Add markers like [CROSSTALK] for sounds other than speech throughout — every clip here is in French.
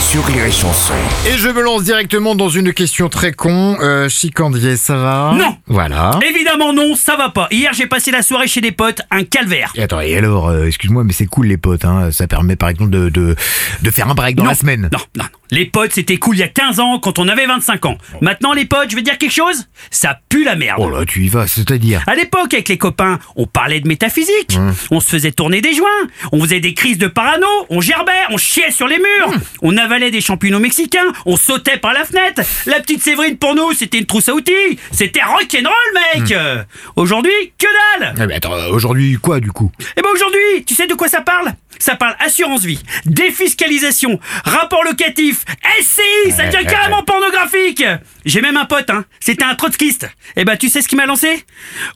sur Rire et Chanson. Et je me lance directement dans une question très con. Euh, Chicandier, ça va Non. Voilà. Évidemment non, ça va pas. Hier j'ai passé la soirée chez des potes, un calvaire. Et attends, et alors, euh, excuse-moi, mais c'est cool les potes, hein. ça permet par exemple de, de, de faire un break dans non. la semaine. Non, non, non. Les potes c'était cool il y a 15 ans quand on avait 25 ans. Maintenant les potes, je vais dire quelque chose Ça pue la merde. Oh là, tu y vas, c'est-à-dire À l'époque, avec les copains, on parlait de métaphysique, Mmh. on se faisait tourner des joints, on faisait des crises de parano, on gerbait, on chiait sur les murs, Mmh. on avalait des champignons mexicains, on sautait par la fenêtre. La petite Séverine, pour nous, c'était une trousse à outils. C'était rock'n'roll, mec Mmh. Euh, Aujourd'hui, que dalle Ah, mais attends, euh, aujourd'hui quoi du coup Eh ben aujourd'hui, tu sais de quoi ça parle Ça parle assurance vie, défiscalisation, rapport locatif, SCI, ça [LAUGHS] devient carrément pornographique J'ai même un pote, hein, c'était un trotskiste. Eh ben tu sais ce qui m'a lancé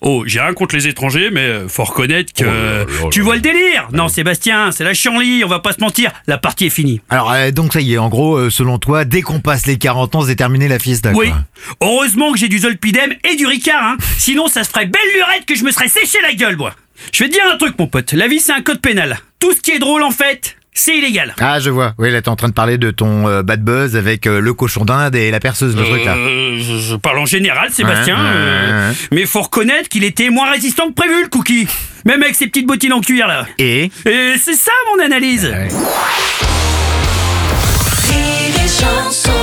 Oh, j'ai rien contre les étrangers, mais euh, faut reconnaître que... tu vois le délire Non Sébastien, c'est la chienlit, on va pas se mentir, la partie est finie. Alors euh, donc ça y est, en gros, euh, selon toi, dès qu'on passe les 40 ans, c'est terminé la fiesta Oui, quoi. heureusement que j'ai du Zolpidem et du Ricard, hein. sinon ça se ferait belle lurette que je me serais séché la gueule, moi. Je vais te dire un truc, mon pote, la vie c'est un code pénal. Tout ce qui est drôle en fait, c'est illégal. Ah je vois, oui là t'es en train de parler de ton euh, bad buzz avec euh, le cochon d'Inde et la perceuse, le truc là. Euh, je, je parle en général, Sébastien. Ouais, ouais, ouais, euh, ouais. Mais faut reconnaître qu'il était moins résistant que prévu, le cookie. Même avec ses petites bottines en cuir, là. Et Et c'est ça, mon analyse. Rire et chanson.